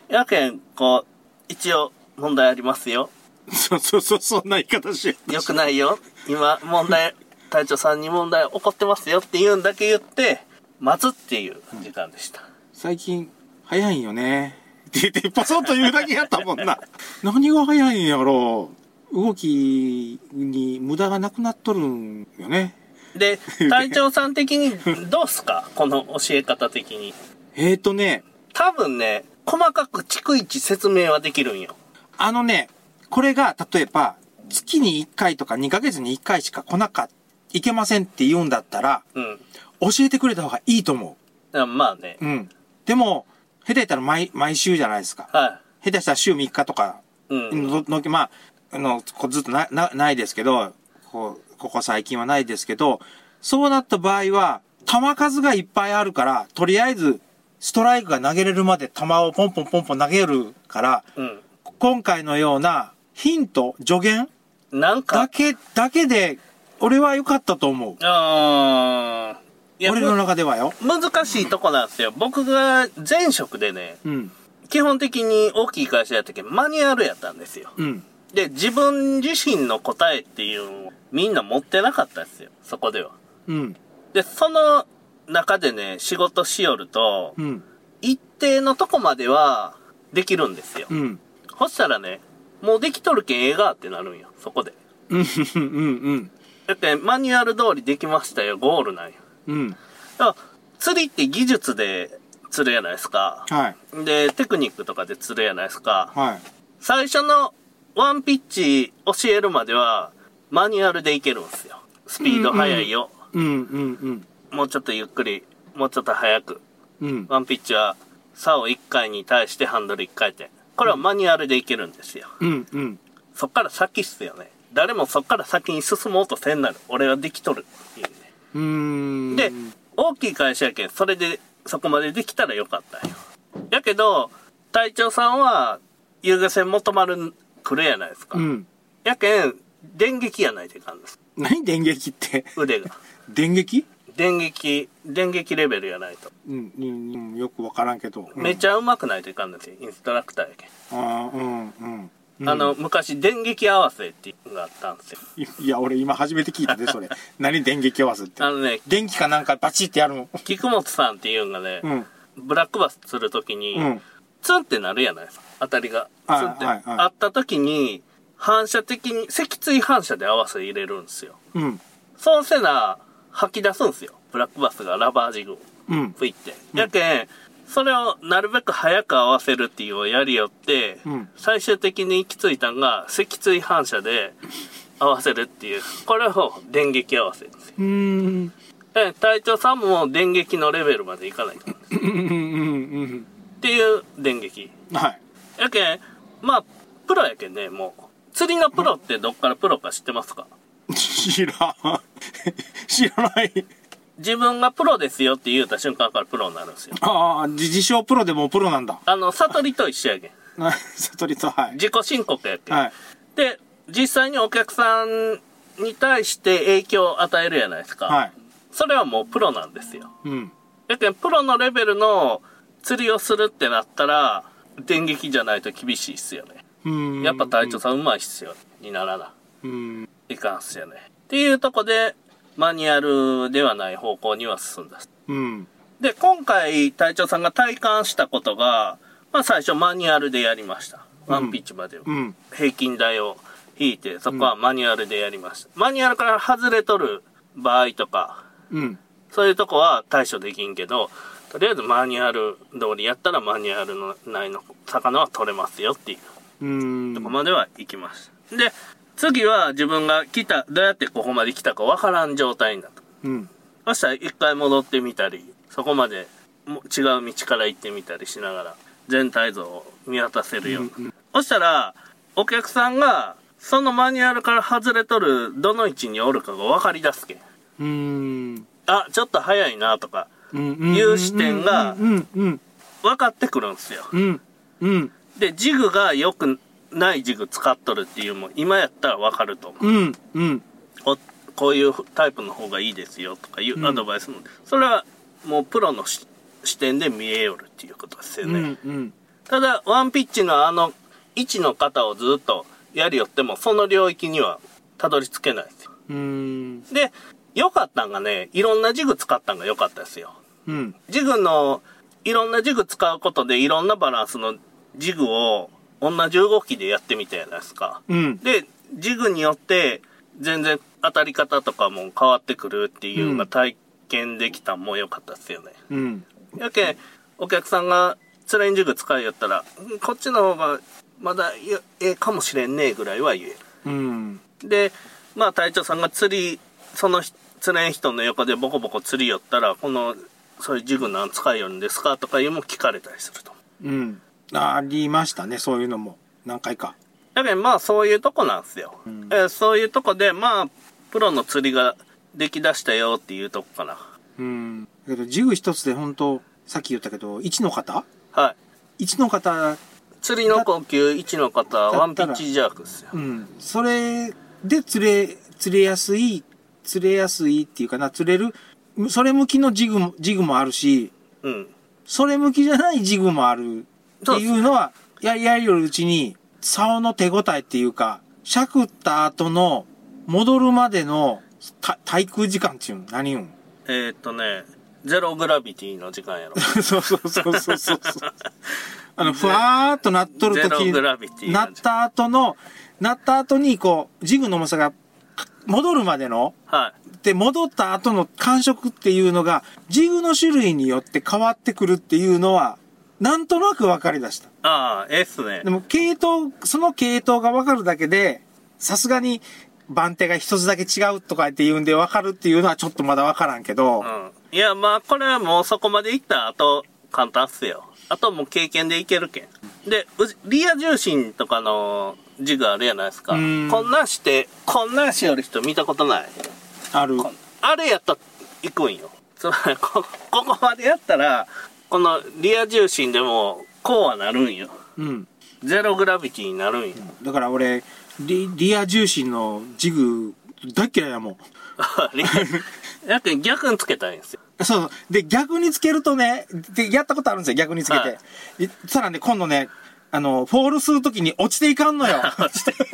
[SPEAKER 1] やけん、こう、一応問題ありますよ。
[SPEAKER 2] そうそうそう、そんな言い方し
[SPEAKER 1] 良くないよ。今、問題、隊長さんに問題起こってますよっていうんだけ言って、待つっていう時間でした。
[SPEAKER 2] 最近、早いんよね。って言って、ポソッと言うだけやったもんな。 (laughs) 何が早いんやろう。動きに無駄がなくなっとるんよね。 (laughs)
[SPEAKER 1] で、隊長さん的にどうすかこの教え方的に。
[SPEAKER 2] えーとね、
[SPEAKER 1] 多分ね、細かく逐一説明はできるんよ。
[SPEAKER 2] あのね、これが、例えば、月に1回とか2ヶ月に1回しか来なかいけませんって言うんだったら、
[SPEAKER 1] うん。だか
[SPEAKER 2] 教えてくれた方がいいと思
[SPEAKER 1] らまあね
[SPEAKER 2] う。。うん。でも、下手やったら毎、毎週じゃないですか。
[SPEAKER 1] は
[SPEAKER 2] 下手したら週3日とか、
[SPEAKER 1] い。うん。
[SPEAKER 2] の、の、まあ、あの、こずっとな、な、ないですけど、こう、ここ最近はないですけど、そうなった場合は、球数がいっぱいあるから、とりあえず、ストライクが投げれるまで球をポンポンポンポン投げるから、
[SPEAKER 1] うん。
[SPEAKER 2] 今回のようなヒント、助言
[SPEAKER 1] なん
[SPEAKER 2] だ
[SPEAKER 1] か、
[SPEAKER 2] け、だけで、俺は良かったと思う。
[SPEAKER 1] あーいや
[SPEAKER 2] 俺の中ではよ。
[SPEAKER 1] む難しいとこなんですよ。僕が前職でね、
[SPEAKER 2] うん。
[SPEAKER 1] 基本的に大きい会社やったけど、マニュアルやったんですよ。
[SPEAKER 2] うん。
[SPEAKER 1] で、自分自身の答えっていうのをみんな持ってなかったんですよ、そこでは。
[SPEAKER 2] うん。
[SPEAKER 1] で、その中でね、仕事しよると、
[SPEAKER 2] うん。
[SPEAKER 1] 一定のとこまではできるんですよ。
[SPEAKER 2] うん。
[SPEAKER 1] そしたらね、もうできとるけんええがってなるんよ、そこで。
[SPEAKER 2] うん。うん。うん。
[SPEAKER 1] だってマニュアル通りできましたよ、ゴールなんよ。
[SPEAKER 2] うん。
[SPEAKER 1] だから釣りって技術で釣るやないですか。
[SPEAKER 2] はい。
[SPEAKER 1] で、テクニックとかで釣るやないですか。
[SPEAKER 2] はい。
[SPEAKER 1] 最初のワンピッチ教えるまではマニュアルでいけるんですよ。スピード速いよ。
[SPEAKER 2] うん。うん。うん。
[SPEAKER 1] もうちょっとゆっくり、もうちょっと速く。
[SPEAKER 2] うん。
[SPEAKER 1] ワンピッチは竿1回に対してハンドル1回転。これはマニュアルでいけるんですよ。
[SPEAKER 2] うん。うん。
[SPEAKER 1] そっから先っすよね。誰もそっから先に進もうとせんなる。俺はできとるっていう
[SPEAKER 2] うーん。
[SPEAKER 1] ね。で、大きい会社やけん、それで、そこまでできたらよかったんよ。やけど、隊長さんは、遊漁船元丸来るやないですか。
[SPEAKER 2] うん。
[SPEAKER 1] やけん、電撃やないといかんです。
[SPEAKER 2] 何 (laughs) 電撃って。
[SPEAKER 1] 腕が。
[SPEAKER 2] 電撃
[SPEAKER 1] 電撃、電撃レベルやないと。
[SPEAKER 2] うん、うん、うんよくわからんけど。うん
[SPEAKER 1] めちゃ上手くないといかんですよ、インストラクターやけん。
[SPEAKER 2] あーうん、うん。うん
[SPEAKER 1] あの、、昔、電撃合わせっていうのがあったんですよ。
[SPEAKER 2] いいや、俺今初めて聞いたで、それ。
[SPEAKER 1] (laughs)
[SPEAKER 2] 何電撃合わせって
[SPEAKER 1] あ。のね、
[SPEAKER 2] 電気かなんかバチってやるの。
[SPEAKER 1] 菊本さんっていうのがね、
[SPEAKER 2] うん。
[SPEAKER 1] ブラックバス釣るときに、
[SPEAKER 2] うん。
[SPEAKER 1] ツンってなるやないですか当たりがツ
[SPEAKER 2] はい
[SPEAKER 1] ンって、
[SPEAKER 2] はいはい
[SPEAKER 1] あった時に反射的に、脊椎反射で合わせ入れるんですよ。
[SPEAKER 2] うん。
[SPEAKER 1] そうせな、吐き出すんですよ。ブラックバスがラバージグを
[SPEAKER 2] うん。
[SPEAKER 1] 吹いて。やけん、それをなるべく早く合わせるっていうのをやりよって、
[SPEAKER 2] うん
[SPEAKER 1] 最終的に行き着いたんが、脊椎反射で合わせるっていう。これを電撃合わせるんですよ。
[SPEAKER 2] うーん。
[SPEAKER 1] で隊長さんも電撃のレベルまでいかないから。っ
[SPEAKER 2] うんうんうん
[SPEAKER 1] ていう電撃。
[SPEAKER 2] うん。はい。
[SPEAKER 1] やけん、まあ、プロやけんね、もう。釣りのプロってどっからプロか知ってますか
[SPEAKER 2] 知らん。知らない。
[SPEAKER 1] 自分がプロですよって言うた瞬間からプロになるんですよ。
[SPEAKER 2] ああ、自自称プロでもプロなんだ。 (laughs)
[SPEAKER 1] あの、悟りと一緒やけん。
[SPEAKER 2] な悟りと、はい。
[SPEAKER 1] 自己申告やけん。
[SPEAKER 2] はい。
[SPEAKER 1] で、実際にお客さんに対して影響を与えるじゃないですか。
[SPEAKER 2] はい。
[SPEAKER 1] それはもうプロなんですよ。
[SPEAKER 2] うん。
[SPEAKER 1] やけん、プロのレベルの釣りをするってなったら、電撃じゃないと厳しいっすよね。
[SPEAKER 2] うん。
[SPEAKER 1] やっぱ隊長さん上手いっすよ。にならな。
[SPEAKER 2] うん。
[SPEAKER 1] いかんっすよね。っていうとこで、マニュアルではない方向には進んだ。
[SPEAKER 2] うん。
[SPEAKER 1] で、今回隊長さんが体感したことが、まあ最初マニュアルでやりました。ワンピッチまでを。
[SPEAKER 2] うん。
[SPEAKER 1] 平均台を引いて、そこはマニュアルでやりました。マニュアルから外れとる場合とか、
[SPEAKER 2] うん。
[SPEAKER 1] そういうとこは対処できんけど、とりあえずマニュアル通りやったらマニュアルの内の魚は取れますよっていう
[SPEAKER 2] うん。
[SPEAKER 1] とこまでは行きました。で、次は自分が来た、どうやってここまで来たかわからん状態になった。
[SPEAKER 2] うん。
[SPEAKER 1] そしたら一回戻ってみたり、そこまでも違う道から行ってみたりしながら、全体像を見渡せるようになったそしたら、お客さんが、そのマニュアルから外れとる、どの位置におるかが分かり出すけん。
[SPEAKER 2] うん。
[SPEAKER 1] あ、ちょっと早いなとか、
[SPEAKER 2] うん。
[SPEAKER 1] 有視点が
[SPEAKER 2] うん。うん。
[SPEAKER 1] 分かってくるんですよ。
[SPEAKER 2] うん。うん。
[SPEAKER 1] で、ジグが良くないジグ使っとるっていうのも、今やったら分かると思う。
[SPEAKER 2] うん。うん。
[SPEAKER 1] ここういうタイプの方がいいですよとかいうアドバイスも、それはもうプロのし視点で見えよるっていうことですよ
[SPEAKER 2] う
[SPEAKER 1] ね。
[SPEAKER 2] ん。うん。
[SPEAKER 1] ただワンピッチのあの位置の方をずっとやりよってもその領域にはたどり着けないですよ
[SPEAKER 2] うん。
[SPEAKER 1] で良かったんがねいろんなジグ使ったんが良かったですよ
[SPEAKER 2] うん。
[SPEAKER 1] ジグのいろんなジグ使うことでいろんなバランスのジグを同じ動きでやってみたじゃないですか
[SPEAKER 2] うん。
[SPEAKER 1] でジグによって全然当たり方とかも変わってくるっていうのが体験できたんも良かったですよね、
[SPEAKER 2] うん。
[SPEAKER 1] やけんお客さんがつらいん塾使いよったらうんこっちの方がまだいやええかもしれんねえぐらいは言え
[SPEAKER 2] うん。
[SPEAKER 1] るでまあ隊長さんが釣りそのひ釣れん人の横でボコボコ釣りよったらこのそういう塾なん使いよるんですかとかいうのも聞かれたりすると
[SPEAKER 2] うん。ありましたね、そういうのも。何回か。
[SPEAKER 1] だけどまあそういうとこなんですよ、
[SPEAKER 2] ん
[SPEAKER 1] えーそういうとこでまあプロの釣りができだしたよっていうとこかな
[SPEAKER 2] うん。だけど、ジグ一つで本当さっき言ったけど、1の方
[SPEAKER 1] はい
[SPEAKER 2] ?1 の方、
[SPEAKER 1] 釣りの高級1の方は
[SPEAKER 2] だ
[SPEAKER 1] ワンピッチジャークですよ
[SPEAKER 2] うん。それで釣れ、釣れやすい、釣れやすいっていうかな、釣れる、それ向きのジグも、ジグもあるし、
[SPEAKER 1] うん
[SPEAKER 2] それ向きじゃないジグもあるっていうのは、やりやりよるうちに、竿の手応えっていうか、しゃくった後の、戻るまでの、た滞空時間っていうの何言うん (laughs)
[SPEAKER 1] えー、っとね、ゼログラビティの時間やろ。
[SPEAKER 2] そうそうそうそうそう。あの、ふわーっとなっとる
[SPEAKER 1] ゼ
[SPEAKER 2] 時
[SPEAKER 1] ロ
[SPEAKER 2] に
[SPEAKER 1] グラビティ
[SPEAKER 2] な
[SPEAKER 1] の
[SPEAKER 2] っ
[SPEAKER 1] 時間。
[SPEAKER 2] た後の、なった後に、こう、ジグの重さが、戻るまでの、
[SPEAKER 1] は
[SPEAKER 2] で、戻った後の感触っていうのが、ジグの種類によって変わってくるっていうのは、なんとなく分かりだした。
[SPEAKER 1] い。ああ、ええっすね
[SPEAKER 2] で。も、系統、その系統が分かるだけで、さすがに、番手が一つだけ違うとかって言うんで分かるっていうのはちょっとまだ分からんけど
[SPEAKER 1] う、ん。いや、まあ、これはもうそこまでいった後、簡単っすよ。あともう経験でいけるけん。で、うじリア重心とかのジグあるやないですか。こ
[SPEAKER 2] うん
[SPEAKER 1] んなんして、こんなんしよる人見たことない。
[SPEAKER 2] ある。
[SPEAKER 1] あれやったら行くんよ。つまり、こ、ここまでやったら、このリア重心でも、こうはなるんよ。
[SPEAKER 2] うん。
[SPEAKER 1] ゼログラビティになるんよ。
[SPEAKER 2] だから俺、リリア重心のジグ、大っ嫌いだもん。
[SPEAKER 1] (laughs) リ
[SPEAKER 2] (laughs)
[SPEAKER 1] アやけん逆につけたいんですよ。
[SPEAKER 2] そうそう。で、逆につけるとね、で、やったことあるんですよ、逆につけ
[SPEAKER 1] は
[SPEAKER 2] て。
[SPEAKER 1] い
[SPEAKER 2] いそしたらね、今度ね、あの、フォールするときに落ちていかんの
[SPEAKER 1] (laughs)
[SPEAKER 2] よ。 (laughs)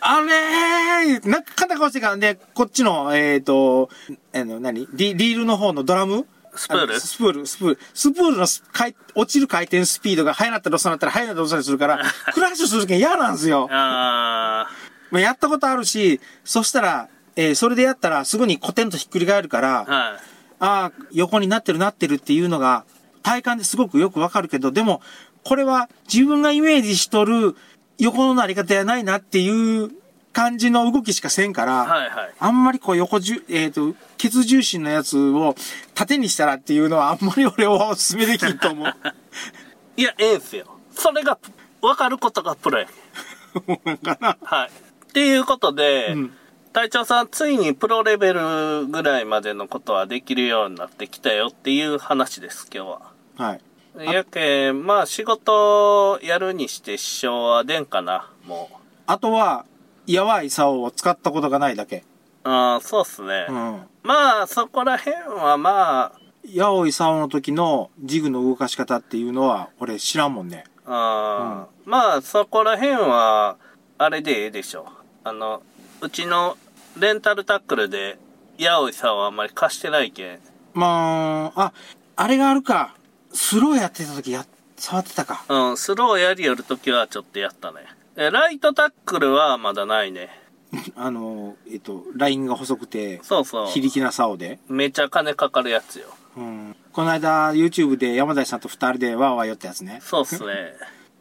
[SPEAKER 2] あれーなんか肩が落ちてからね、こっちの、えっ、と、あの、何リリールの方のドラム
[SPEAKER 1] スプール
[SPEAKER 2] あのスプール、スプール。スプールのす回落ちる回転スピードが速なったり遅なったり、速なったり遅なったりす
[SPEAKER 1] (laughs)
[SPEAKER 2] るから、クラッシュするけん嫌なんですよ。
[SPEAKER 1] あ
[SPEAKER 2] まあ、やったことあるし、そしたら、えーそれでやったらすぐにコテンとひっくり返るから、
[SPEAKER 1] あ、はい。
[SPEAKER 2] ああ、横になってるなってるっていうのが、体感ですごくよくわかるけど、でも、これは自分がイメージしとる横のなり方やないなっていう感じの動きしかせんから、
[SPEAKER 1] はいはい。
[SPEAKER 2] あんまりこう横じゅ、えっ、と、ケツ重心のやつを縦にしたらっていうのはあんまり (laughs) 俺はお勧めできんと思う。
[SPEAKER 1] いや、ええんすよ。それが、わかることがプロやねん。
[SPEAKER 2] もうなんかな。
[SPEAKER 1] はい。っていうことで、
[SPEAKER 2] うん
[SPEAKER 1] 隊長さん、ついにプロレベルぐらいまでのことはできるようになってきたよっていう話です、今日は。
[SPEAKER 2] はい。
[SPEAKER 1] やけん、まあ仕事やるにして支障は出んかな、もう。
[SPEAKER 2] あとは、やわい竿を使ったことがないだけ。
[SPEAKER 1] ああ、そうっすね。
[SPEAKER 2] うん。
[SPEAKER 1] まあそこら辺はま
[SPEAKER 2] やおい竿の時のジグの動かし方っていうのは俺知らんもんね。
[SPEAKER 1] あ、あーまあそこら辺は、あれでええでしょう。あの、うちのレンタルタックルで、ヤオイさんはあんまり貸してないけん。
[SPEAKER 2] まあ、あ、あれがあるか。スローやってた時や、触ってたか。
[SPEAKER 1] うん、スローやりよるときはちょっとやったね。えライトタックルはまだないね。
[SPEAKER 2] あの、えっと、ラインが細くて、
[SPEAKER 1] そうそう。
[SPEAKER 2] 非力な竿で。
[SPEAKER 1] めちゃ金かかるやつよ。
[SPEAKER 2] うん。この間 YouTube で山田さんと二人でワーワーやったやつね。
[SPEAKER 1] そうっすね。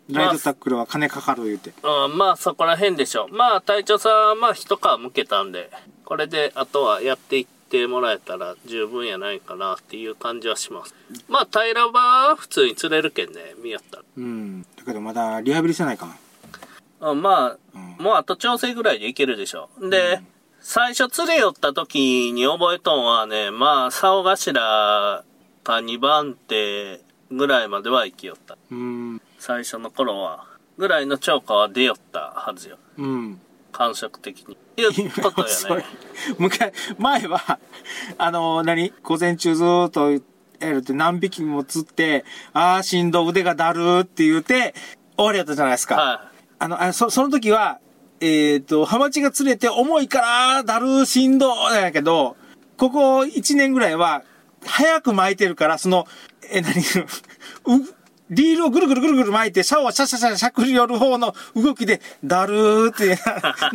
[SPEAKER 2] ライトタックルは金かかる言うて。
[SPEAKER 1] うん、まあそこら辺でしょう。まあ隊長さんはまあ一皮むけたんで、これであとはやっていってもらえたら十分やないかなっていう感じはします。まあ平場は普通に釣れるけんね、見よった
[SPEAKER 2] うん。だけどまだリハビリせないかん。
[SPEAKER 1] ら。うん、まあ、
[SPEAKER 2] うん
[SPEAKER 1] もうあと調整ぐらいでいけるでしょう。で、最初釣れよった時に覚えとんはね、まあ竿頭か2番手ぐらいまでは生きよった。
[SPEAKER 2] うん。
[SPEAKER 1] 最初の頃は。ぐらいの超過は出よったはずよ。
[SPEAKER 2] うん。
[SPEAKER 1] 感触的に。
[SPEAKER 2] (laughs)
[SPEAKER 1] いうことよ
[SPEAKER 2] それ
[SPEAKER 1] ね。
[SPEAKER 2] もう一回、前は、あの何午前中ずーっと、えるって何匹も釣って、ああ、しんど、腕がだるーって言うて、終わりやったじゃないですか。
[SPEAKER 1] は
[SPEAKER 2] あの、あそ、その時は、えっ、と、ハマチが釣れて重いから、だるー、しんどー、やけど、ここ1年ぐらいは、早く巻いてるから、その、え、何 (laughs) う、リールをぐるぐるぐるぐる巻いて、シャワーシャシャシャシャくり寄る方の動きで、だるーって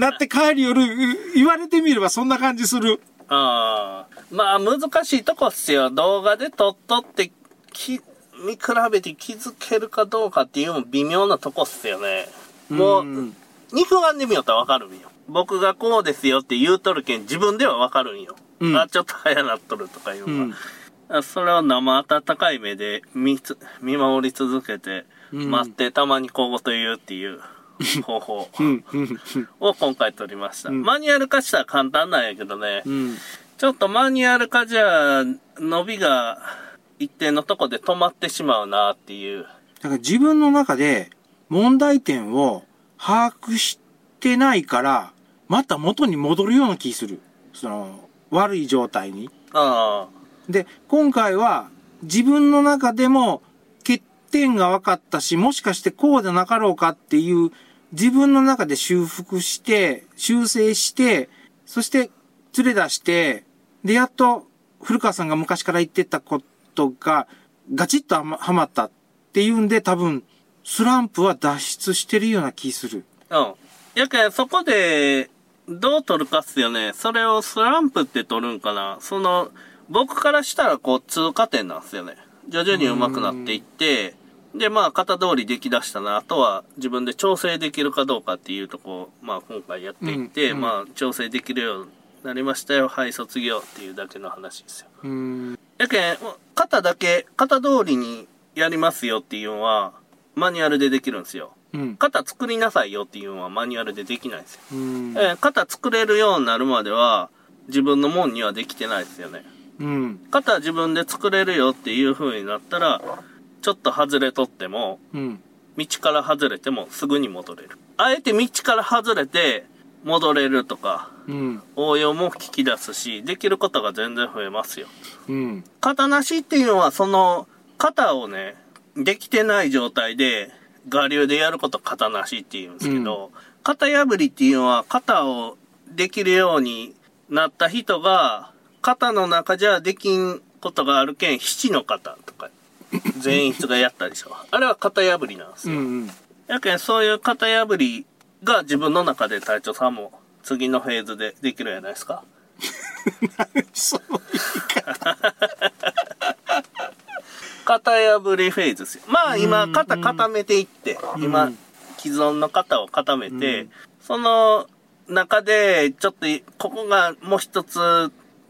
[SPEAKER 2] な (laughs) って帰るよる、う言われてみればそんな感じする。
[SPEAKER 1] い。ああ。まあ、難しいとこっすよ。動画で撮っとって、き、見比べて気づけるかどうかっていうのも微妙なとこっすよね。もう、
[SPEAKER 2] うん
[SPEAKER 1] 肉眼で見よったらわかるんよ。僕がこうですよって言うとるけん、自分ではわかるんよ。
[SPEAKER 2] うん
[SPEAKER 1] あ、ちょっと早なっとるとかいう
[SPEAKER 2] う
[SPEAKER 1] の
[SPEAKER 2] ん
[SPEAKER 1] は。あそれを生温かい目で見つ、見守り続けて、
[SPEAKER 2] うん
[SPEAKER 1] 待ってたまに小言言うっていう方法。
[SPEAKER 2] うん、うん、
[SPEAKER 1] を今回取りました。
[SPEAKER 2] ん
[SPEAKER 1] マニュアル化したら簡単なんやけどね、
[SPEAKER 2] うん。
[SPEAKER 1] ちょっとマニュアル化じゃ伸びが一定のとこで止まってしまうなっていう。
[SPEAKER 2] だから自分の中で問題点を把握してないから、また元に戻るような気する。その、悪い状態に。
[SPEAKER 1] あ
[SPEAKER 2] で、今回は自分の中でも欠点が分かったし、もしかしてこうじゃなかろうかっていう、自分の中で修復して、修正して、そして連れ出して、で、やっと古川さんが昔から言ってたことがガチッとはまはまったっていうんで多分、スランプは脱出してるような気する。
[SPEAKER 1] あ。うん。やけんそこでどう取るかっすよね。それをスランプって取るんかな。その、僕からしたらこう通過点なんですよね。徐々に上手くなっていって、で、まあ、型通りできだしたな。あとは、自分で調整できるかどうかっていうとこを、まあ、今回やっていって、
[SPEAKER 2] うんうん
[SPEAKER 1] まあ、調整できるようになりましたよ。はい、卒業っていうだけの話ですよ。
[SPEAKER 2] うん。
[SPEAKER 1] やけん、型だけ、型通りにやりますよっていうのは、マニュアルでできるんですよ。
[SPEAKER 2] うん。
[SPEAKER 1] 型作りなさいよっていうのはマニュアルでできないんですよ。
[SPEAKER 2] うん。
[SPEAKER 1] えー型作れるようになるまでは、自分のもんにはできてないですよね。
[SPEAKER 2] うん。
[SPEAKER 1] 型自分で作れるよっていう風になったら、ちょっと外れとっても、
[SPEAKER 2] うん。
[SPEAKER 1] 道から外れてもすぐに戻れる。あえて道から外れて戻れるとか、
[SPEAKER 2] うん。
[SPEAKER 1] 応用も聞き出すし、できることが全然増えますよ。
[SPEAKER 2] うん。
[SPEAKER 1] 型なしっていうのは、その、型をね、できてない状態で、我流でやること型なしっていうんですけど、型破りっていうのは、型をできるようになった人が、型の中じゃできんことがあるけん、七の方とか、全員がやったでしょ。 (laughs) あれは型破りなんです
[SPEAKER 2] う
[SPEAKER 1] よ。
[SPEAKER 2] ん (laughs) うん
[SPEAKER 1] やけん、そういう型破りが自分の中で隊長さんも次のフェーズでできるじゃないですか。
[SPEAKER 2] そう
[SPEAKER 1] 型破りフェーズですよ。まあ今、
[SPEAKER 2] うん
[SPEAKER 1] 型固めていって、
[SPEAKER 2] んう
[SPEAKER 1] 今
[SPEAKER 2] ん、
[SPEAKER 1] 既存の型を固めて、
[SPEAKER 2] うん
[SPEAKER 1] その中で、ちょっと、ここがもう一つ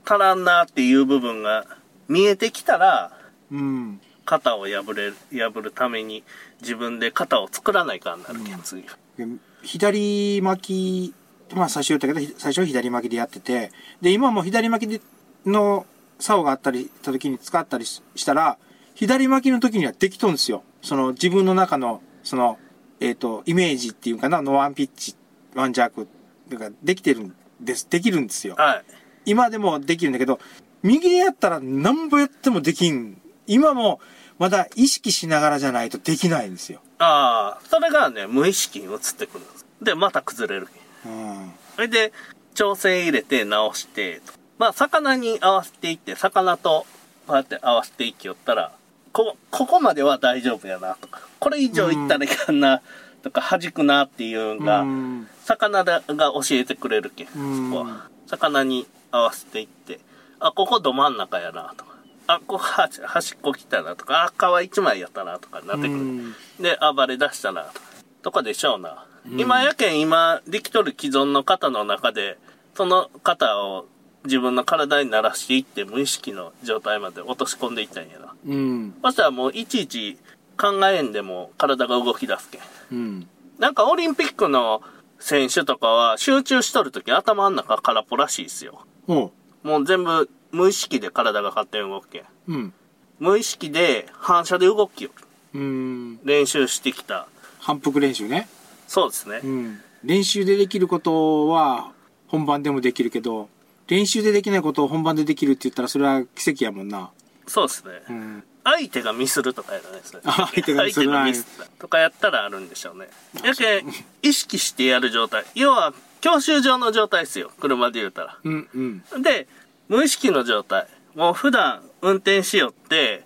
[SPEAKER 1] 足らんなっていう部分が見えてきたら、
[SPEAKER 2] うん
[SPEAKER 1] 型を破れる、破るために自分で型を作らないかんなるけん、次。
[SPEAKER 2] で左巻きまあ最初言ったけどひ最初は左巻きでやっててで今も左巻きでの竿があったりした時に使ったりししたら左巻きの時にはできとんですよその自分の中のそのえっ、とイメージっていうかなのワンピッチワンジャークというかできてるんですできるんですよ
[SPEAKER 1] はい。
[SPEAKER 2] 今でもできるんだけど、右でやったら何ぼやってもできん。今もまだ意識しながらじゃないとできないんですよ。
[SPEAKER 1] ああ、それがね、無意識に移ってくるんです。で、また崩れるけん。
[SPEAKER 2] うん。
[SPEAKER 1] それで、調整入れて直して、まあ、魚に合わせていって、魚と、こうやって合わせていきよったら、こ、ここまでは大丈夫やな、とか、これ以上いったらいかんな、とか、弾くなっていうのが、
[SPEAKER 2] うん
[SPEAKER 1] 魚だが教えてくれるけん、
[SPEAKER 2] うん
[SPEAKER 1] そこは。魚に合わせていって、あ、ここど真ん中やな、とか、あ、ここ端端っこ来たな、とか、あ、皮一枚やったな、とかなってくる。
[SPEAKER 2] うん
[SPEAKER 1] で、暴れ出したら、とかでしょうな。今やけん、今、できとる既存の型の中で、その型を自分の体に慣らしていって、無意識の状態まで落とし込んでいったんやな。
[SPEAKER 2] うん。
[SPEAKER 1] そしたらもう、いちいち考えんでも体が動き出すけん。
[SPEAKER 2] うん。
[SPEAKER 1] なんかオリンピックの選手とかは、集中しとるとき頭の中空っぽらしいっすよ。
[SPEAKER 2] おう。
[SPEAKER 1] もう全部、無意識で体が勝手に動くけん。
[SPEAKER 2] うん。
[SPEAKER 1] 無意識で反射で動きよる。
[SPEAKER 2] うん。
[SPEAKER 1] 練習してきた。
[SPEAKER 2] 反復練習ね。
[SPEAKER 1] そうですね
[SPEAKER 2] う。ん。練習でできることは本番でもできるけど、練習でできないことを本番でできるって言ったらそれは奇跡やもんな。
[SPEAKER 1] そうですね。
[SPEAKER 2] うん。
[SPEAKER 1] 相手がミスるとかやらないですね。
[SPEAKER 2] あ相手がミスる
[SPEAKER 1] 相手がミスったとかやったらあるんでしょうね。やけん、意識してやる状態。要は、教習所の状態ですよ。車で言うたら。
[SPEAKER 2] うんうん。
[SPEAKER 1] で、無意識の状態。もう普段運転しよって、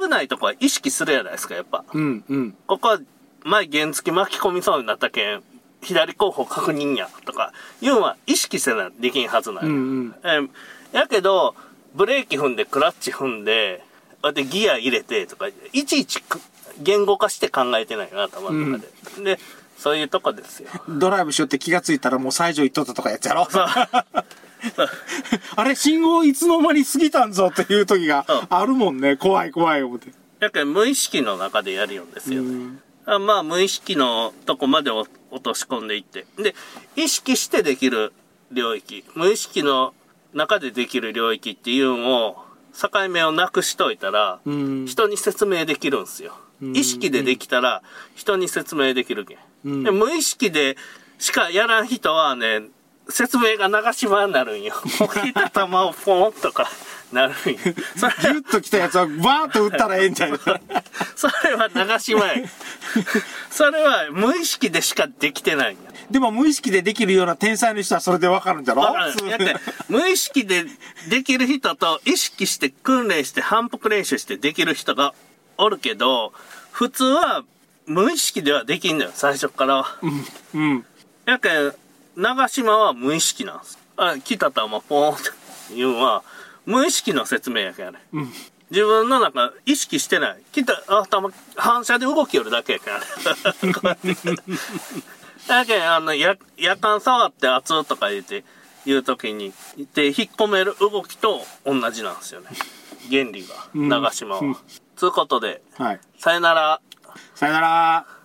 [SPEAKER 1] 危ないとこは意識するやないですか、やっぱ。
[SPEAKER 2] うんうん。
[SPEAKER 1] ここは前原付巻き込みそうになったけん、左後方確認や、とか、いうのは意識せなできんはずない。
[SPEAKER 2] うんうん。
[SPEAKER 1] えーやけど、ブレーキ踏んで、クラッチ踏んで、こうやってギア入れてとか、いちいちく言語化して考えてないよな、頭の中で。で、そういうとこです
[SPEAKER 2] (laughs)
[SPEAKER 1] よ。
[SPEAKER 2] ドライブしよって気がついたらもう最上行っとったとかやつやろ。
[SPEAKER 1] そう。そう
[SPEAKER 2] (laughs) あれ、信号いつの間に過ぎたんぞっていう時が
[SPEAKER 1] うん
[SPEAKER 2] あるもんね。怖い怖い思って。
[SPEAKER 1] やけん無意識の中でやるんですよ
[SPEAKER 2] う
[SPEAKER 1] ね
[SPEAKER 2] ん。
[SPEAKER 1] あまあ、無意識のとこまでお落とし込んでいって。で、意識してできる領域、無意識の中でできる領域っていうのを、境目をなくしといたら、
[SPEAKER 2] うん
[SPEAKER 1] 人に説明できるんですよ。
[SPEAKER 2] ん
[SPEAKER 1] 意識でできたら人に説明できるけん。
[SPEAKER 2] うん
[SPEAKER 1] で無意識でしかやらん人はね、説明が流し場になるん
[SPEAKER 2] (laughs)
[SPEAKER 1] よ。置いた球をポンとかなるんよ。そ
[SPEAKER 2] ギュ
[SPEAKER 1] れ
[SPEAKER 2] ッと来たやつはバーッと打ったらええんじゃ (laughs) ない
[SPEAKER 1] (laughs) それは流し場や。 (laughs) それは無意識でしかできてないんよ。
[SPEAKER 2] でも無意識でできるような天才の人はそれでわかるんじゃろ
[SPEAKER 1] わからんやって、無意識でできる人と意識して訓練して反復練習してできる人がおるけど、普通は無意識ではできんのよ、最初からは。
[SPEAKER 2] うん。
[SPEAKER 1] やけん、長島は無意識なんです。あ、来た球ポーンっていうのは、無意識の説明やけんあれ。
[SPEAKER 2] うん。
[SPEAKER 1] 自分の中、意識してない。来た、あ、たま、反射で動きよるだけやけんあ
[SPEAKER 2] (laughs)
[SPEAKER 1] れ。こうやってだけん、あの、や、夜間触って熱とか言って、言うときに、で、引っ込める動きと同じなんですよ
[SPEAKER 2] (laughs)
[SPEAKER 1] ね。原理が、
[SPEAKER 2] ん
[SPEAKER 1] 長島は。
[SPEAKER 2] うん
[SPEAKER 1] つうことで、
[SPEAKER 2] はい。
[SPEAKER 1] さよなら。
[SPEAKER 2] さよなら。